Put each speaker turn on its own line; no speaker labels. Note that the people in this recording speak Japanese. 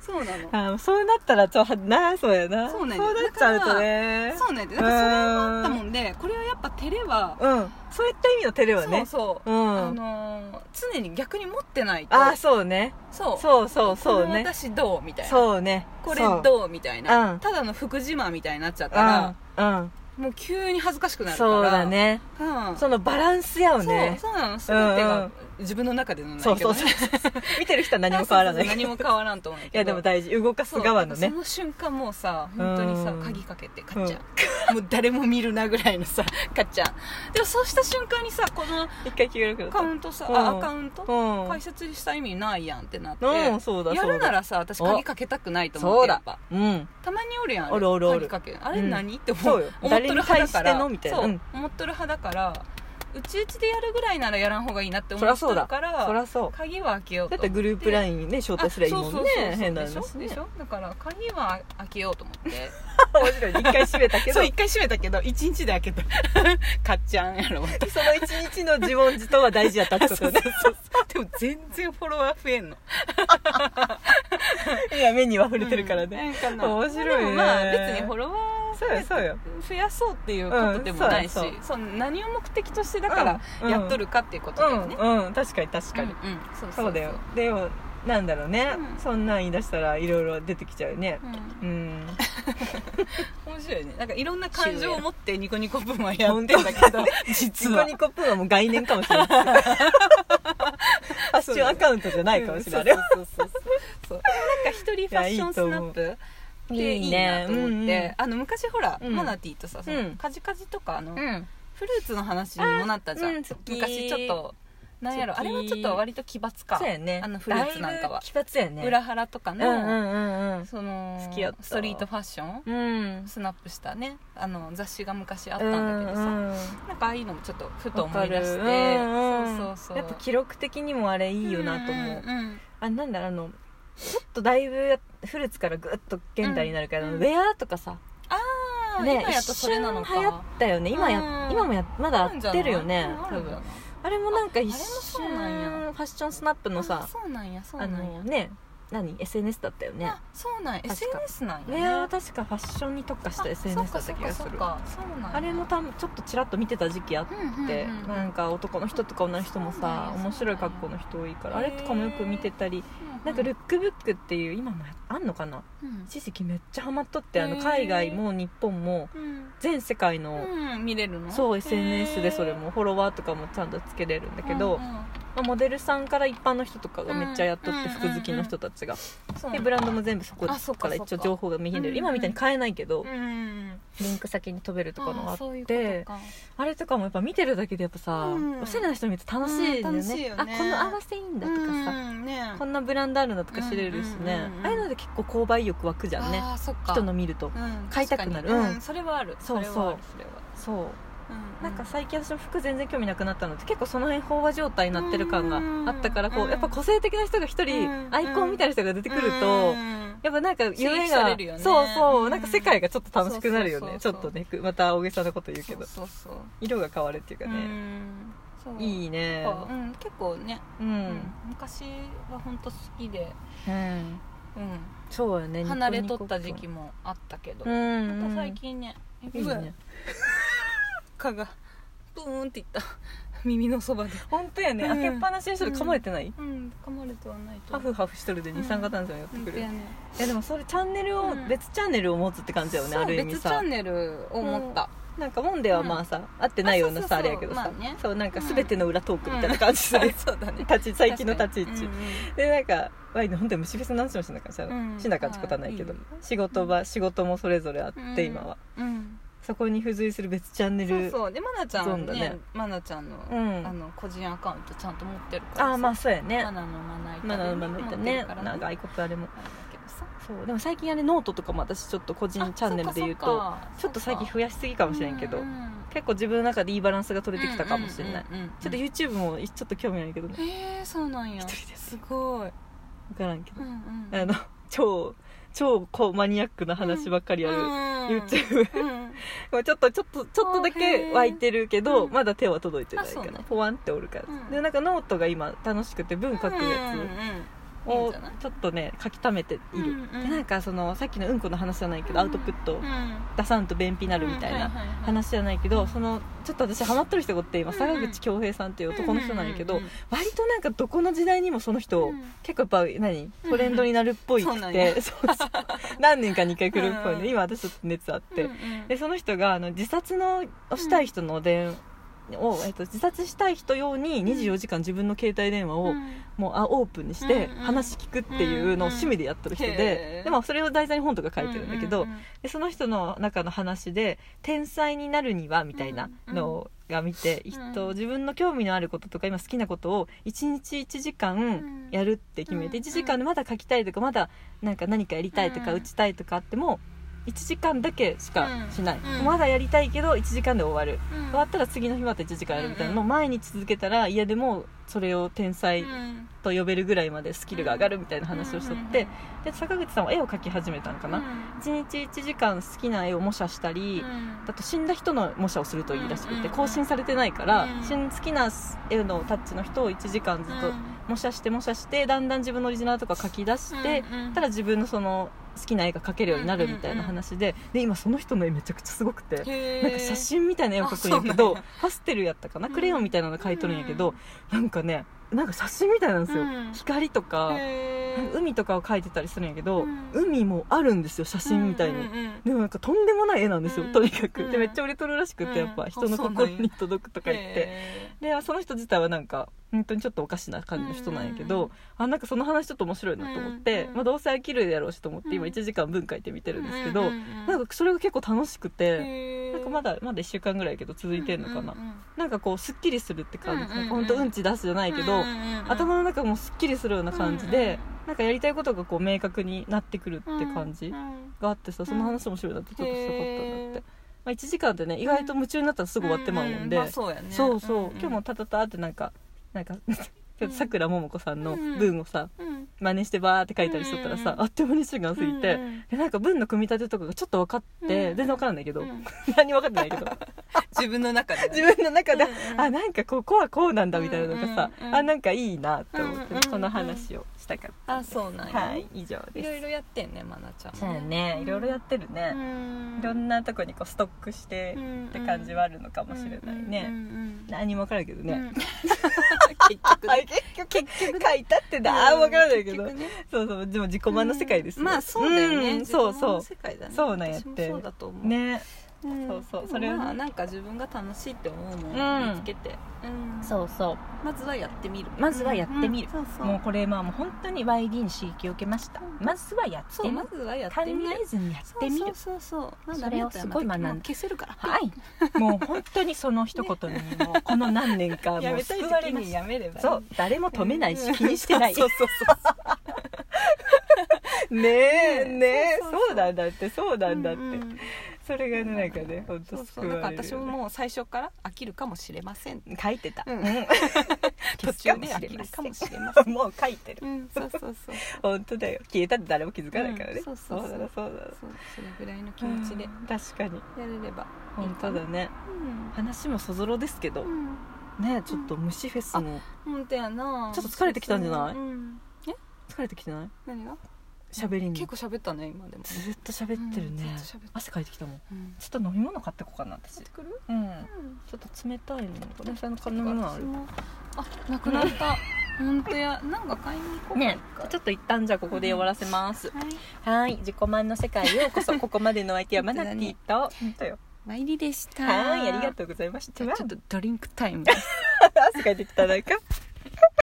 そうなの
あそうなったらちょっとなそうやな
そうなんや
なっちゃうとね
そうなんでだからそれがあったもんでこれはやっぱ照れは、
うんそういった意味の照れはね
そうそう、
うん
あのー常に逆に持ってないと
ああそうね
そう
そうそうそう
これ
ね
私どうみたいな
そうね
これ
う
どうみたいな、
うん
ただの福自慢みたいになっちゃったら、
うんうん
もう急に恥ずかしくなるから
そうだ、ね
うん、
そのバランスやよね
そうそうなの全て
うんう
が
ん
自分の中でのないけ
そ
ど、
う
ね、
そうそう 見てる人は何も変わらない
そうそうそう何も変わらんと思うけど
いやでも大事動かす
そう
側のね
その瞬間もうさ本当にさ
うん
鍵かけてカッちゃん、 もう誰も見るなぐらいのさ カッちゃんでもそうした瞬間にさこの
一回聞けるけ
ア
ど
カウントさ、
う
あ
ん
アカウント、
うん
解説した意味ないやんってなって、
うんそうだ
や
そう
るな
だ
らさ私鍵かけたくないと思っ
そ
て
う
やっ
だ
ぱ
うん
たまにおるやん
おるおるおる
鍵かけあれ
うん
何、って思う
そうよ
思っとる派だから
誰に対してのみたいな
そううん思っとる派だからうちうちでやるぐらいならやらん方がいいなって思
そ
っ
ら
と
そう
る
だ
から
そらそう
鍵は開けようと
だってグループラインにね招待すりゃいいもんね
あそうそうそうそう
変な
でしょ
話ね
でしょだから鍵は開けようと思って
面白い一回閉めたけど
そう一回閉めたけど一日で開けた かっちゃんやろ
その一日の自問自答は大事やったってことね
でも全然フォロワー増えんの
いや目には触れてるから
うん
ね、
なんかな
面白いね
でもまあ別にフォロワー
そうよそうよ
増やそうっていうことでもないし、
うんそうそう
そう何を目的としてだから
うん
やっとるかっていうことだよね、
うんうん確かに確かに、
うんうんそうそう
そうだよでもなんだろうね、
うん
そんなん言い出したらいろいろ出てきちゃうよね
うん
うん
面白いねなんかいろんな感情を持ってニコニコ分はやってんだけど
ニ
実
コ
は
ニコプーはもう概念かも しれないファッションアカウントじゃないかもしれない、
うんそうそうそうそうそうなんか一人ファッションスナップでいいなと思ってあの昔ほら、
うん
マナティーとさその、
うん
カジカジとかあの、
うん、うん、
フルーツの話にもなったじゃん、
あうん好き
昔ちょっとなんやろ
好き
あれはちょっと割と奇抜か
そうやね
あのフルーツなんか
だいぶ
は、
奇抜やね
裏腹とか
う
の、
んうんうんうん
その
好きやった
ストリートファッション
うん
スナップしたねあの雑誌が昔あったんだけどさ、
うんうん
なんかああいうのもちょっとふと
わ
思
か
い出
る
して、
うんうん
そうそうそう
やっぱ記録的にもあれいいよなと思う、
んん
あなんだろうあのちょっとだいぶフルーツからぐっと現代になるから、
うん
ウェアとかさ、
あー今やとそれなの
一瞬流行
か
ったよね今や、
うん
今もやまだ
あるんじ
や
ゃ
っ
ない
てるよね
うんあ
多
るんじゃ
分
ない
あれもなんか一
ああ
瞬
れもそうなん
ファッションスナップの
あ
さ
そうなんやそう
あ
なんや
のね何 SNS だったよね
あそうなんや
確か
SNS なんや、
ウ
ね、
ェアは確かファッションに特化した SNS だった気がす
そ
る
うかそうかそうかそうなんや
あれもたちょっとちらっと見てた時期あっ
うんうんうん
て、なんか男の人とか女の人も
そうなんやそう
さ
なんや
面白い格好の人多いからあれとかもよく見てたりなんかル
ッ
ックブックっていう今もあんのかな一時期めっちゃハマっとってあの
へー
海外も日本も全世界の
うん見れるの
そう
へー
SNS でそれもフォロワーとかもちゃんとつけれるんだけど、
うんうん
まあ、モデルさんから一般の人とかがめっちゃやっとっ
うん
て服好きの人たちが
そうなん
で
や
ブランドも全部そこ
あそっか
か
らそっか
一応情報が見え
うん
る
うん
今みたいに買えないけど
うんうん
リンク先に飛べるとかのがあ
あそうい
っ
うこと
て
か
あれとかもやっぱ見てるだけでやっぱさ
うん
おしゃれな人見ると楽しいんだよ
うん楽
ね,、
しいよね
あこの合わせいいんだとか
う
さ、
んうんね
こんなブランドあるんだとか知れるしね、
うんうんうんうん
ああいうので結構購買意欲湧くじゃんね
あーそっか
人の見ると
うん
買いたくな
確
る
かに
うん
うんそれはある
そうそう
れはあるそれは
そう
うん
なんか最近私も服全然興味なくなったのって結構その辺飽和状態になってる感があったからこ
うん
うやっぱ個性的な人が一
う
人
ん
アイコンみたいな人が出てくる
う
と
ん
やっぱなんか
刺激
夢
され
が
るよね
そうそううんなんか世界がちょっと楽しくなるよねち
そ
ょ
うそうそ
っ
うそう
とねまた大げさなこと言うけど
そうそう
色が変わるっていう
そ
か
う
ね
んそう
いいね
なんかうん結構ね
う
うんん昔は本当好きで
うん
うん
そうよね
離れとった時期
も
もあったけど
う
ま
ん
た最近ね
いいね
蚊がブーンっていった 耳のそばで
本当やね
うん
開けっぱなしにしとる噛まれてない
うん噛まれてはないと
ハフハフしとるで二酸化炭素が寄って
本
く
当
る
やね
えでもそれチャンネルを
うん
別チャンネルを持つって感じだよね
そう
ある意味
別チャ
さ
ンネルを持った
なんかもんではまあさ、合ってないようなさ
あ
あ
そう
れ
そうそう
やけどさ、
まあね
そうなんか全ての裏トーク みたいな感じす
そ
る、
うそうだね
立ち最近の立ち位置、
確かに
でなんかワイの本当に虫フェスの話もしなかったし,、
うん
しなかったことはないけど、
はい
仕事場、仕事もそれぞれあって、
うん
今は
うんうん
そこに付随する別チャンネ
うんそう
ル
そうでマナちゃんは
ゾーンだ
ね
ね
マナちゃんの
うん
あの個人アカウントちゃんと持ってるから
ああまあそうやね
マナのまな板
まだまだいたね
な
なんん
かあ
かア
れ
イコップあれも
だけどさ
そうでも最近あれノートとかも私ちょっと個人チャンネルで言うとちょっと最近増やしすぎか
か
もしれんけど、
うんうん
結構自分の中でいいバランスが取れてきたかもしれない、
うんうんうんうん
ちょっと YouTube もちょっと興味あるけどね
へえそうなんや
一人です
すごい
分からんけど
うんうん
あの超超こうマニアックな話ばっかりある、YouTube
うんうん
まあちょっとちょっとちょっとだけ湧いてるけど、
うん
まだ手は届いてないか
あそう
ら
ね
ポワンっておるから、
うん
でなんかノートが今楽しくて文書
う
くや
んうん
つ
いいん
を
じゃない
ちょっとね書き溜めている、
うんうん
でなんかそのさっきのうんこの話じゃないけど、アウトプット
うん
出さんと便秘なるみたいな
うんはいはいはい
話じゃないけど、そのちょっと私ハマってる人がおって今
うんうん
坂口恭平さんっていう男の人なんやけど、
うんうんうん
割となんかどこの時代にもその人、
うん
結構やっぱ何トレンドになるっぽいくて、
そうなんや
そうそう何年か2回来るっぽいの、
うん
今私ちょっと熱あって、
うんうん
でその人があの自殺のをしたい人の電話を、えっと、自殺したい人用に24時間自分の携帯電話を、
うん
もうあオープンにして
うんうん
話聞くっていうのを趣味でやってる人で,、
へー
でまあそれを題材に本とか書いてるんだけど、
うう
でその人の中の話で「天才になるには」みたいなのが見て、
うん
えっと自分の興味のあることとか今好きなことを1日1時間
ん
やるって決めて、
うん
1時間でまだ書きたいとかまだなんか何かやりたいとか
うん
打ちたいとかあっても1時間だけしかしない、
うんうん
まだやりたいけど1時間で終わる。
うん
終わったら次の日また1時間やるみたいなのを
うん
毎日続けたら家でもそれを天才
うん
と呼べるぐらいまでスキルが上がるみたいな話をしとってで坂口さんは絵を描き始めたんか
うん
な、1日1時間好きな絵を模写したり、
うん
あと死んだ人の模写をするといいらしく
うんうん
て
うん
更新されてないから、
うん
死ん好きな絵のタッチの人を1時間ずっと模写して模写してだんだん自分のオリジナルとか書き出して、
うんうん
たら自分のその好きな絵が描けるようになるみたいな話でで今その人の絵めちゃくちゃすごくて。
へー
なんか写真みたいな絵を描くんやけ
あそう
ど
なんや
パステルやったかな
うん
クレヨンみたいなの描いとるんやけど、なんかねなんか写真みたいなんですよ、
うん
光とか
へー
海とかを描いてたりするんやけど、
うん
海もあるんですよ写真みたい
う
に、
んうんうん
でもなんかとんでもない絵なんですよ、
うん
とにかく、
う
で
ん
めっちゃ売れとるらしくて、
うん
やっぱ人の
あそうなんや
心に届くとか言って、
へ
でその人自体はなんか本当にちょっとおかしな感じの人なんやけど、
うん
あなんかその話ちょっと面白いなと思って、
うん
まあ、どうせ飽きるやろうしと思って、今
うん
1時間文書いて見て
ー
るんですけど、
うう
なんかそれが結構楽しくて、
へー
なんかまだまだ1週間ぐらいやけど続いてんのかな、
うんうんうん
なんかこうすっきりするって感じ、
うんうんうん
なんかほんとうんち出すじゃないけど、
うんうんうん
頭の中もすっきりするような感じで、なんかやりたいことがこう明確になってくるって感じ、
うんうん
があってさその話面白いなってちょっとしたかった
へ
んだって
ー、
まあ、1時間でね意外と夢中になったらすぐ終わってまうもんで、
ううまあそうやね
そうそう、
んん
今日もタタタってなんかなんか さくらももこさんの
うん
文をさ
うん
真似してバーって書いたりしとったらさ、
うんうん
あっという間に時間過ぎて、
うんうん
でなんか文の組み立てとかがちょっと分かって、
うん
全然分からんないけど、
うん
何も分かってないけど
自分の中で
自分の中で、
うんうん
あなんかここはこうなんだみたいなのがさ、
うんうんうん
あなんかいいなって思って、
うんうんうん
その話をしたかった
あそうなんや
はい以上
い
です
ろいろやってんねまなちゃんも
そうねいろいろやってるね、
うん
いろんなとこにこうストックしてって感じはあるのかもしれないね、
うんうんうん
何も分からんけど
うん
ね、
結局ね
結局書いたってだ、あん、分からないけど、
結局ね
そうそうでも自己満の世界ですよ、
まあそうだよね
んそう
自分
そ
の
う
世界だね
そうなんやって
私もそうだと思う
ね
ん
そうそう
でも
それはね
まあなんか自分が楽しいって思うも
うんん
見つけてうん
そうそう
まずはやってみる
まずはやってみる
うんそうそう
もうこれまあもう本当に YD に刺激を受けました、
うん
まずはやっ
そ
て
う
み
ま
る
ずはやっ
考
てみる
えずにやってみる
そうそうそうそう
それをすごい学んだ
まあ消せるから
はいもう本当にその 一言にもうこの何年かもう救われました
めれば
そう誰も止めないし気にしてな い
そうそうそう
ね
ねえ
えねえ
そうそうそう
そうなんだってそうなんだって、
うんうん
それがねなんかね本当
そう
救
そ
わ
うだ
れる
から私ももう最初から飽きるかもしれません
書いてた、
うん
途
途
中
中で
で飽
飽
き
き
る
る
か
か
も
も
し
し
れ
れ
ま
ま
せんもう書いてる
うんそうそうそう
本当だよ消えたって誰も気づかないからね、
うんそうそうそう
だそうだ
そうそれぐらいの気持ちでや
うん確かに
れれば
本当だね
うん
話もそぞろですけど、
うん
ねちょっと虫フェスも
本当やな
ちょっと疲れてきたんじゃない
うんえ
疲れてきてない
何が
喋りに
結構喋ったね今でも
ずっと喋ってるね、
うんずっと喋って
汗かいてきたもん
うん
ちょっと飲み物買ってこうかな私
てくる
うん
うん
ちょっと冷たいの野菜の缶のものあ
私
る
もあなくなった本当やなんか買いに行こう
ねち
ち
ょっと一旦じゃあここで終わらせます、
はい
はい自己満の世界へようこ そここまでのお相手はマナティーと本当よ
参りでした
はいありがとうございました
じゃあちょっとドリンクタイムです
汗かいてきたなんか